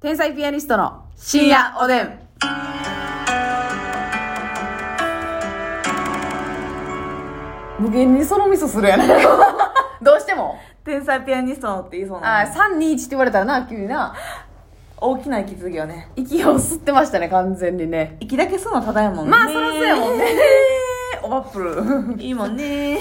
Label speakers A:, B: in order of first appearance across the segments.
A: 天才ピアニストの深夜おでん。無限にそのミスするやな。どうしても。
B: 天才ピアニストのって言いそう
A: あ
B: な
A: ー、3、2、1って言われたらな、急にな。
B: 大きな息継ぎよね
A: 息を吸ってましたね、完全にね。
B: 息だけ吸うのただやもんね
A: まあ、そらそうやもん ね。おばっぷる。
B: いいもんね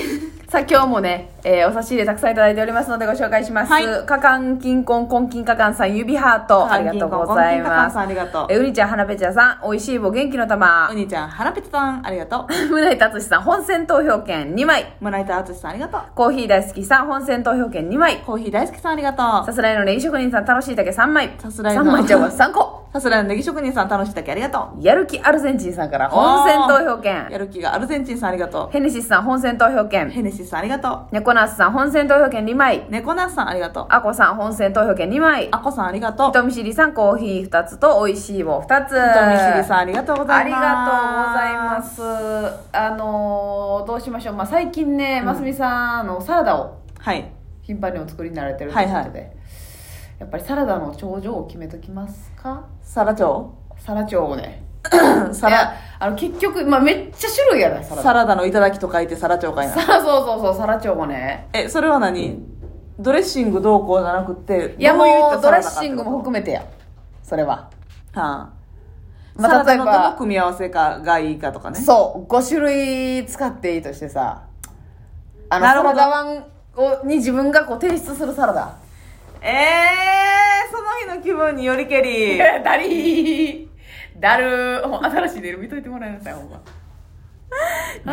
A: さあ今日もね、えーお差し入れたくさんいただいておりますのでご紹介します。
B: はい
A: かかんきんこんこんきんかかんさん指ハートありがとうございます。
B: ありがとう
A: えうにちゃんはなぺちゃんさんおいしい棒元気の玉
B: うにちゃんはらぺちさんありがとう
A: 村井達志さん本選投票券2枚
B: 村井田淳さんありがとう
A: コーヒー大好きさん本選投票券2枚
B: コーヒー大好きさんありがと
A: さ
B: う
A: すらいのね飲食人さん楽しいだけ3枚
B: さすらい
A: 3
B: の
A: 枚ちゃうわ3個
B: さすらいのネギ職人さん楽しいだけありがとう
A: やる気アルゼンチンさんから本選投票
B: や
A: 券
B: る気がアルゼンチンさんありがと
A: ヘネシスさん本選投票
B: う
A: 券
B: ヘネシスさんありがと
A: ネコナースさん本選投票券2枚
B: う猫ナスさんありがとう
A: アコさん本選投票券2枚
B: あこさんありがとう
A: 人見知りさんコーヒー2つとおいしい棒2つ人
B: 人見知りさんありがとうござ
A: あ
B: い
A: り
B: ます
A: がとうございますあのーどうしましょう、まあ、最近ねますみさんあのサラダを
B: はい
A: 頻繁にお作りになられてるということで、
B: はいは
A: やっぱりサラダの頂上を決めときますか
B: サラチョ
A: サラ長をね
B: ウサ
A: い
B: ラ
A: やあの結局、まあ、めっちゃ種類やなサラ
B: サラダの頂きと書いてサラチョウかいな
A: ダサラ そうそうそうサラ長をね
B: えそれは何ドレッシングどうこうじゃなくて
A: いや
B: どう
A: も
B: っ
A: う
B: た
A: ド
B: サ
A: レ
B: ラダか
A: ッシングも
B: ってこ
A: 含めてやそれは、
B: とはあ、
A: まあ、
B: サラ
A: 例え
B: ダのどの
A: ば、
B: 組み合わせかがいいかとかね
A: そう5種類使っていいとしてさあの
B: な
A: サ
B: るほ
A: ラ
B: ど
A: ダワンをに自分がこう提出するサラダ
B: えー、その日の気分によりけ り
A: だりーだるーほんま新しいネイル見といてもらえなさいほんま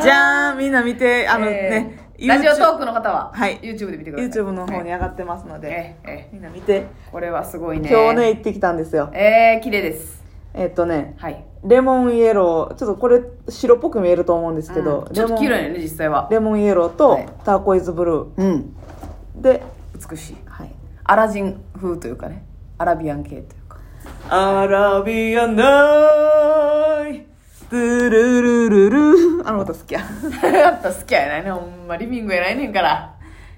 B: じゃあみんな見てあのね、
A: えーラジオトー
B: ク
A: クの方は、
B: はい
A: YouTube で見てください
B: YouTube の方に
A: はい
B: 上がってますので、
A: えーえ
B: みんな見て
A: ーこれはすごいね
B: 今日ね行ってきたんですよ
A: えー、綺麗です
B: えっとね
A: はい
B: レモンイエローちょっとこれ白っぽく見えると思うんですけど、
A: うんち
B: レ
A: ょっと
B: モン
A: 黄色いよね実際は
B: レモンイエローと、
A: はい
B: ターコイズブルー
A: うん
B: で
A: 美しい
B: はい
A: アラジン風というかねアラビアン系というか
B: アラビアナイトゥルルルルあの歌好きや、
A: やっぱ好きやないねほんまリビングやないねんから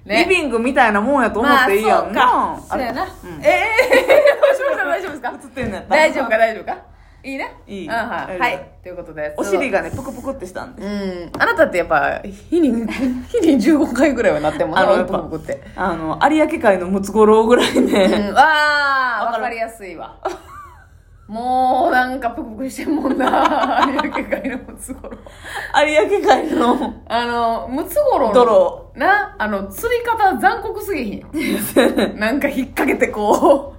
A: ね
B: リビングみたいなもんやと思っていいやん
A: まあ、そうかそう
B: れ
A: やな、
B: ん
A: ええー、どうしました大丈夫ですか
B: 映ってんね ん
A: 大丈夫か大丈夫かいいね
B: いい
A: うんは
B: 大丈
A: い、
B: 夫
A: はい、ということで
B: お尻
A: が
B: がねぷくぷくってしたんで
A: うんあなたってやっぱ日に 日に15回ぐらいはなっても
B: あ
A: な
B: のや
A: ん
B: っ
A: か
B: ぱ
A: ブクブクって
B: あの有明海のムツゴロウぐらいね、
A: うんわあわ
B: わかる
A: かりやすい わもうなんかプクプクしてんもん な有明海のムツゴロウ
B: 有明海の
A: あのムツゴロウの
B: 泥
A: なあの釣り方残酷すぎひん なんか引っ掛けてこ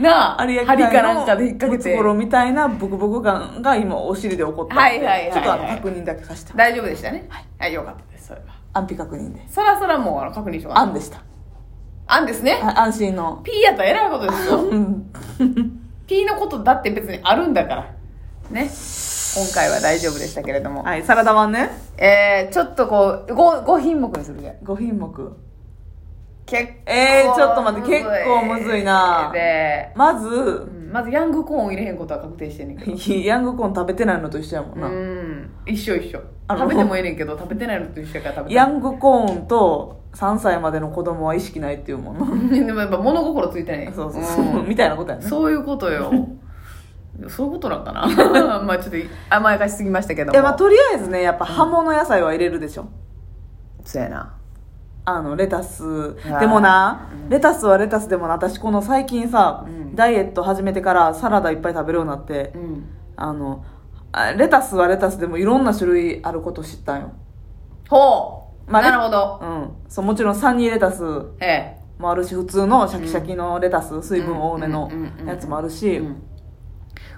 A: う なあ
B: 有明
A: 針
B: 海
A: かなんかで引っ
B: の
A: 掛
B: ム
A: け
B: ツ
A: て
B: ゴロウみたいなブクブク感が今お尻で起こったんで
A: はいはいはいはい
B: ちょっとあの確認だけさせて
A: 大丈夫でしたねはい、よかったですそれは
B: 安否確認で
A: そらそらもうあの確認しようか
B: あ
A: なん
B: でした
A: あんですね
B: あ安心の
A: P やったらえらいことですよ
B: うん
A: ピーのことだって別にあるんだから。ね。今回は大丈夫でしたけれども。
B: はいサラダ版ね
A: えー、ちょっとこう、5, 5品目にするじゃん。
B: 5品目
A: 結構
B: えーちょっと待って結構むずいな
A: で、
B: ま
A: う
B: ず、
A: んまずヤングコーンを入れへんことは確定してんねんけど。
B: ヤングコーン食べてないのと一緒やもん
A: う
B: な、
A: ん。一緒一緒。
B: あの
A: 食べてもええねんけど、食べてないのと一緒やから食べて
B: ヤ
A: ない。
B: ングコーンと3歳までの子供は意識ないっていうもんな
A: でもやっぱ物心ついてない。
B: そうそうそう、
A: ん
B: みたいなことやね
A: そういうことよ。そういうことなん かな。まあちょっと甘やかしすぎましたけども。
B: いやまあとりあえずねやっぱ葉物野菜は入れるでしょ、
A: そうやな。
B: あのレタス
A: ー
B: でもな、レタスはレタスでもな私この最近さ、
A: うん
B: ダイエット始めてからサラダいっぱい食べるようになって、
A: うん。
B: あのあレタスはレタスでもいろんな種類あること知ったんよ
A: ほう、
B: まあね
A: なるほど。
B: うんそうもちろんサニーレタス
A: え
B: もあるし普通のシャキシャキのレタス、水分多めの
A: うんうんうんうん
B: やつもある
A: え。
B: し、
A: うん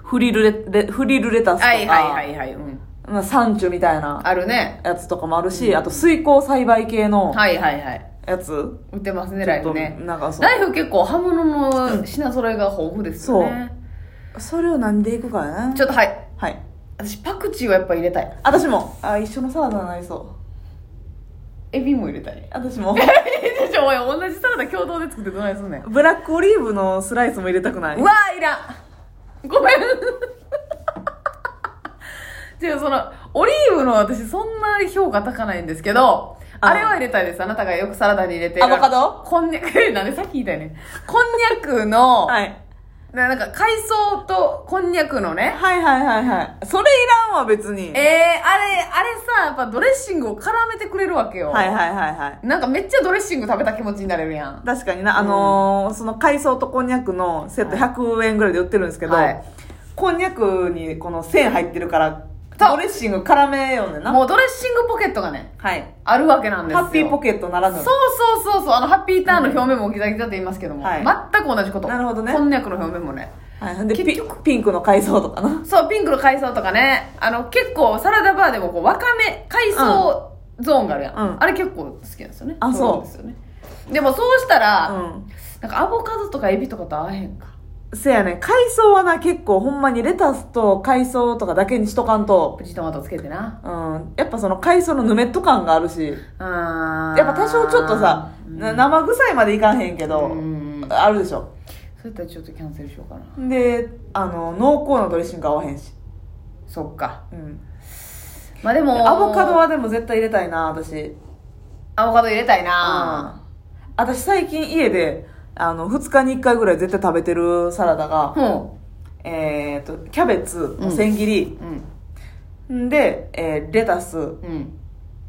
B: フリルレレフリルレタスとか、
A: はいはいはいはい。うん、
B: まあサンチュみたいな
A: あるね。
B: やつとかもあるし、あと水耕栽培系の
A: はいはいはい。
B: やつ、
A: 売ってますね、
B: ち
A: ラ
B: ょ
A: イ
B: っ
A: フ
B: と
A: ね。
B: なんかそう
A: ライフ結構刃物の品揃えが豊富ですよね。
B: それをなんでいくかやな
A: ちょっとはい。
B: はい
A: 私、パクチーはやっぱ入れたい。
B: 私もあ一緒のサラダになりそう
A: エビも入れたい。
B: 私も
A: ちょ、お前同じサラダ共同で作ってどないすんねん。
B: ブラックオリーブのスライスも入れたくないう
A: わー、いらん。ごめん。違う、その、オリーブの私、そんな評価高ないんですけど、
B: あ
A: あれは入れたいです。あなたがよくサラダに入れてる。
B: アボカド
A: こんにゃく、なんでさっき言いたいねん。こんにゃくの、
B: はい
A: ななんか海藻とこんにゃくのね
B: はいはいはいはいそれいらんわ別に
A: えー、あれあれさやっぱドレッシングを絡めてくれるわけよ、
B: はいはいはいはい
A: なんかめっちゃドレッシング食べた気持ちになれるやん
B: 確かになあのーその海藻とこんにゃくのセット100円ぐらいで売ってるんですけど、
A: はい
B: こんにゃくにこの線入ってるから
A: そう
B: ドレッシング絡めようねんな
A: もうドレッシングポケットがね
B: はい
A: あるわけなんですよ
B: ハッピーポケットならぬ
A: そうそうそうそうあのハッピーターンの表面もギザギザって言いますけども、
B: はい
A: 全く同じこと
B: なるほどね
A: こんにゃくの表面もね
B: はい、でピピンクの海藻とかな
A: そうピンクの海藻とかねあの結構サラダバーでもこうわかめ海藻ゾーンがあるやん、
B: うん
A: あれ結構好きなんですよね
B: あそう
A: なんですよねでもそうしたら、
B: うん
A: なんかアボカドとかエビとかと合わへんか
B: せやね海藻はな結構ほんまにレタスと海藻とかだけにしとかんと
A: プチトマトつけてな
B: うんやっぱその海藻のヌメット感があるし
A: あー
B: やっぱ多少ちょっとさ、
A: うん
B: な生臭いまでいかんへんけど、
A: うん
B: あるでしょ
A: そうやったらちょっとキャンセルしようかな
B: であの濃厚なドレッシング合わへんし、
A: そっか
B: うん、
A: まあでも
B: アボカドはでも絶対入れたいな私
A: アボカド入れたいな、
B: 私最近家であの2日に1回ぐらい絶対食べてるサラダが、
A: ほ
B: えっとキャベツの千切り、
A: ううん
B: んで、えーレタス、
A: うん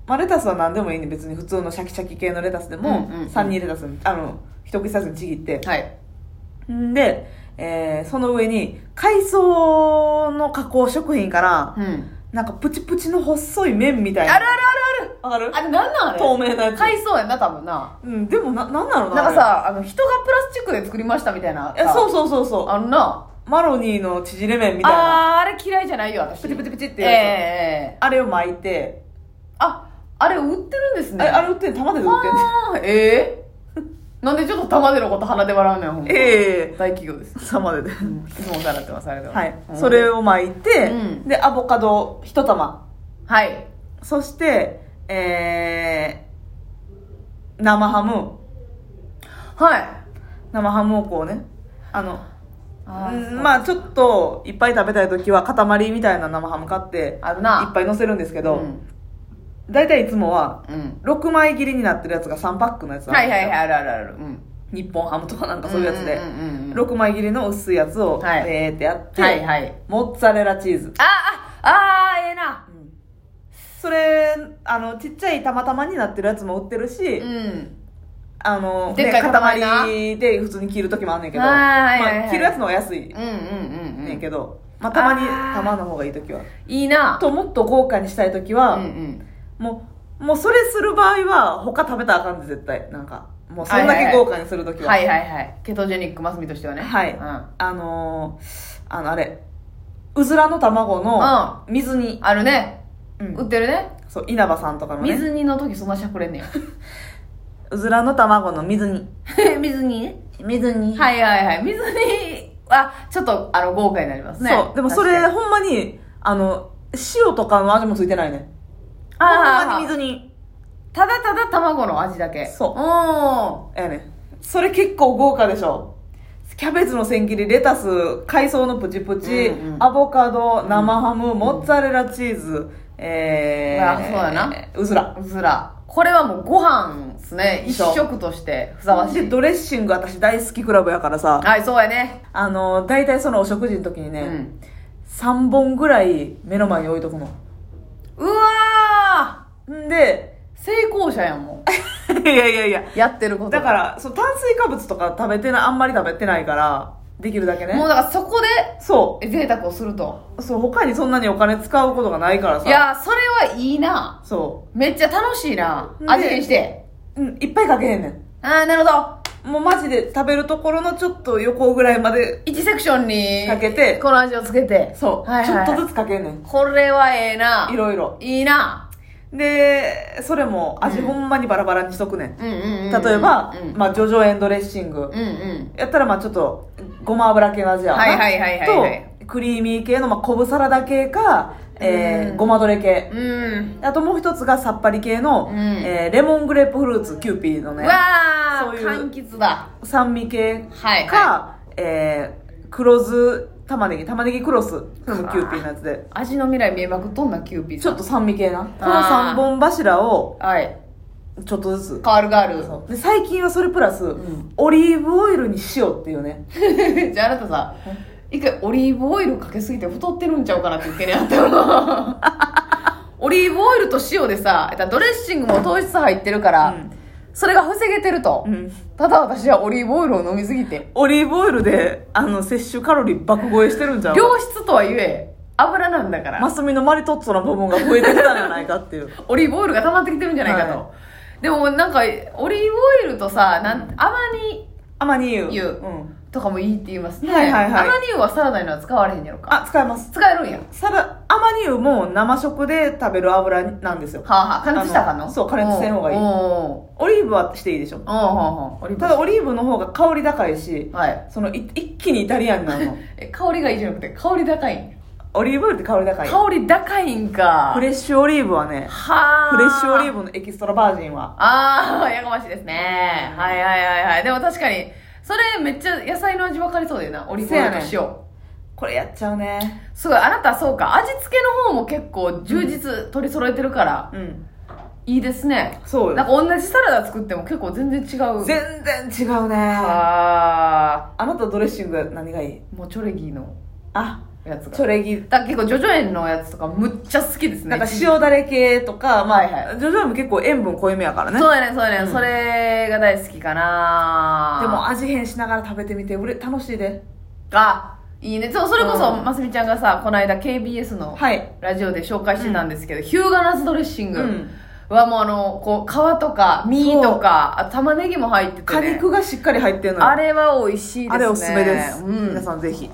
B: まあ、レタスは何でもいいね別に普通のシャキシャキ系のレタスでも、
A: うんうんうん
B: 三人レタスあの一口サイズにちぎって、
A: はい
B: んで、えーその上に海藻の加工食品から、
A: うん
B: なんかプチプチの細い麺みた
A: あ
B: い
A: る
B: な
A: あるある
B: わか
A: あ
B: る
A: るあれなんなんあれ
B: 透明なやつ、
A: 海藻やんな多分な
B: うん、でもななんなの
A: なんかさあの人がプラスチックで作りましたみたいな
B: えそううそうそうそ
A: あのな
B: うマロニーの縮れ麺みたいな
A: あー
B: あ
A: あれ嫌いじゃないよ私
B: プチプチプチって
A: ええええ
B: れを巻いて、
A: ああれ売ってるんです
B: あ
A: ね
B: れあれ売ってん玉で売ってんね
A: あーえ えなんでちょっと玉でのこと鼻で笑うのよほんま
B: ええ
A: 大企業です
B: 玉でで
A: いつもお世話になってますあれでも
B: はい、
A: うん
B: それを巻いて、
A: うん
B: でアボカド一玉
A: はい
B: そしてえー、生ハム
A: はい
B: 生ハムをこうねあの
A: あ
B: う
A: ーそ
B: ん
A: う
B: まあちょっといっぱい食べたい時は塊みたいな生ハム買って
A: ある
B: いっ
A: な
B: ぱい乗せるんですけ
A: う
B: ど、
A: ん
B: 大体いつもは
A: うん
B: 6枚切りになってるやつが3パックのやつ
A: はいはいはい
B: い
A: あるあるあるうん
B: 日本ハムとかなんかそういうやつで、
A: んんうんうん
B: 6枚切りの薄いやつを
A: はい
B: えーってやって、
A: はいはい
B: モッツァレラチーズ
A: あああーええな
B: それあのちっちゃいたまたまになってるやつも売ってるし、
A: うん
B: あの
A: でっかい
B: ね
A: 塊な
B: 塊で普通に切る時もあんねんけど、
A: はいはいはい
B: まあ、切るやつの方が安い
A: うんうんうんう
B: ねん
A: ん
B: けど、まあ、たまに
A: あー
B: 玉の方がいい時はい
A: いな
B: ともっと豪華にしたい時
A: う
B: は、
A: んうん
B: もうもうそれする場合は他食べたらあかんで絶対なんかもうそんだ
A: はいはい
B: け
A: はい
B: 豪華にする時は
A: はいはいはいケトジェニックマスミとしてはね
B: はい
A: うん
B: あのー、あのあれうずらの卵の水煮、
A: あるね
B: うん
A: 売ってるね
B: そう稲葉さんとかのね
A: 水煮の時そんなしゃくれんねん
B: うずらの卵の 水煮
A: 水煮ね
B: 水 煮
A: はいはいはい水煮はちょっとあの豪華になりますね
B: そう。でもそ
A: 確
B: れ、
A: かに
B: ほんまに、あの、塩とかの味もついてないね。
A: あー
B: ほんまに水に。
A: ただただ卵の味だけ
B: そう
A: お
B: ええねん。それ結構豪華でしょ。キャベツの千切り、レタス、海藻のプチプチ、
A: うんうん
B: アボカド、生ハム、モッツァレラチーズ、えー、
A: あそうやな。
B: うずら。
A: ーうずらこれはもうご飯ですね一
B: そう
A: 食としてふさわし
B: で、
A: い
B: ドレッシング私大好きクラブやからさ、
A: はいそうやね
B: あの、大体そのお食事の時に
A: う
B: ね、
A: ん
B: 三3本ぐらい目の前に置いとくの。
A: うわ
B: んで、
A: ー成功者やんも
B: いやいやいや、
A: うやってること
B: だから、そう、炭水化物とか食べてな、あんまり食べてないから、できるだけね。
A: もうだからそこ
B: そ
A: で贅沢をすると
B: う。そう、他にそんなにお金使うことがないからさ。
A: いやーそれはいいな
B: そ
A: めっちゃ楽しいな
B: ね
A: 味変して
B: う。うん、いっぱいかけへんね
A: ああなるほ
B: ん。もうマジで食べるところのちょっと横ぐらいまで、
A: ど1セクションに
B: かけて
A: この味をつけて
B: そう、
A: はいはい、
B: ちょっとずつかけんねん。
A: これはええない
B: ろいろ。
A: いいな
B: で、それも味ほんまにバラバラにしとくねん。
A: うんうんうんうん
B: 例えば、
A: うん
B: まあ、ジョジョエンドレッシング。
A: うんうん
B: やったら、まあ、ちょっと、ごま油系の味やわな
A: はいはいはいはいはい
B: と、クリーミー系の、まあ、昆布サラダ系か、え
A: う
B: ー、
A: ん
B: ごまどれ系。
A: うん
B: あともう一つがさっぱり系の、
A: うん
B: えーレモングレープフルーツキューピーの
A: う
B: ね
A: わ
B: そう
A: ー
B: い
A: 柑
B: う
A: 橘だ
B: 酸味系
A: はい
B: か、
A: は
B: えー黒酢玉ねぎ玉ねぎクロスそれもキューピーのやつで
A: 味の未来見えまくっとんなキューピー
B: ち
A: さ
B: ょ
A: ん
B: っと酸味系なこの
A: あー
B: 3本柱を
A: はい
B: ちょっとずつ
A: 変わるガー
B: で最近はそれプラス、
A: ん
B: オリーブオイルに塩っていうね
A: ル じゃああなたさ一回オリーブオイルかけすぎて太ってるんちゃうかなって言ってねあんた はオリーブオイルと塩でさえっとドレッシングも糖質入ってるから、
B: うん
A: それが防げてると、
B: ん
A: ただ私はオリーブオイルを飲みすぎて
B: オリーブオイルであの摂取カロリー爆超えしてるんじゃん
A: 良質とは言え油なんだから、
B: マスミのマリトッツォの部分が増えてきたんじゃないかっていう
A: オリーブオイルが溜まってきてるんじゃないかと、
B: は
A: でもなんかオリーブオイルとさなんアマニ
B: あまに言う、
A: 言うんとかもいいって言いますね、
B: はいはいはい
A: アマニ油はサラダには使われへんやろか
B: あ使えます
A: 使えるんや
B: サラアマニ油も生食で食べる油なんですよ
A: はあ、はあ、加熱したらあかん
B: あ
A: の
B: のそう加熱せん方がいい
A: うんうんうん
B: オリーブはしていいでしょ
A: うんうんうんオリーブ
B: ただオリーブの方が香り高いし
A: はい
B: そのい一気にイタリアンになるの
A: え香りがいいじゃなくて香り高いん
B: オリーブオイルって香り高い
A: 香り高いんか
B: フレッシュオリーブはね
A: はあ
B: フレッシュオリー
A: ブ
B: ブのエキストラバージンは
A: ああやかましいですねはいはいはいはいでも確かにそれめっちゃ野菜の味分かりそうだよなオリーブオイルと
B: せ
A: 塩
B: これやっちゃうね
A: すごいあなたそうか味付けの方も結構充実取り揃えてるから
B: うん
A: いいですね
B: そう
A: なん
B: よ
A: か同じサラダ作っても結構全然違う
B: 全然違うねあ
A: あ
B: なたドレッシングは何がいい
A: ーもうチョレギーの
B: あ
A: やつが
B: チョレギ
A: だから結構ジョジョ園のやつとかむっちゃ好きですね
B: なんか塩だれ系とか、まあ、
A: はいは
B: 徐々に結構塩分濃いめやからね。
A: そうやねそうやね、
B: うん
A: それが大好きかな
B: でも味変しながら食べてみて、うれ楽しいで。
A: あいいねそうそれこそ、
B: うん
A: ますみちゃんがさこの間 KBS の
B: はい。
A: ラジオで紹介してたんですけど、ヒューガナスドレッシング
B: うん
A: はもうあのこう皮とか身とかあ玉ねぎも入ってて、
B: 果
A: ね、
B: 肉がしっかり入ってるのよ
A: あれは美味しいですね
B: あれおすすめです。
A: うん
B: 皆さんぜひ。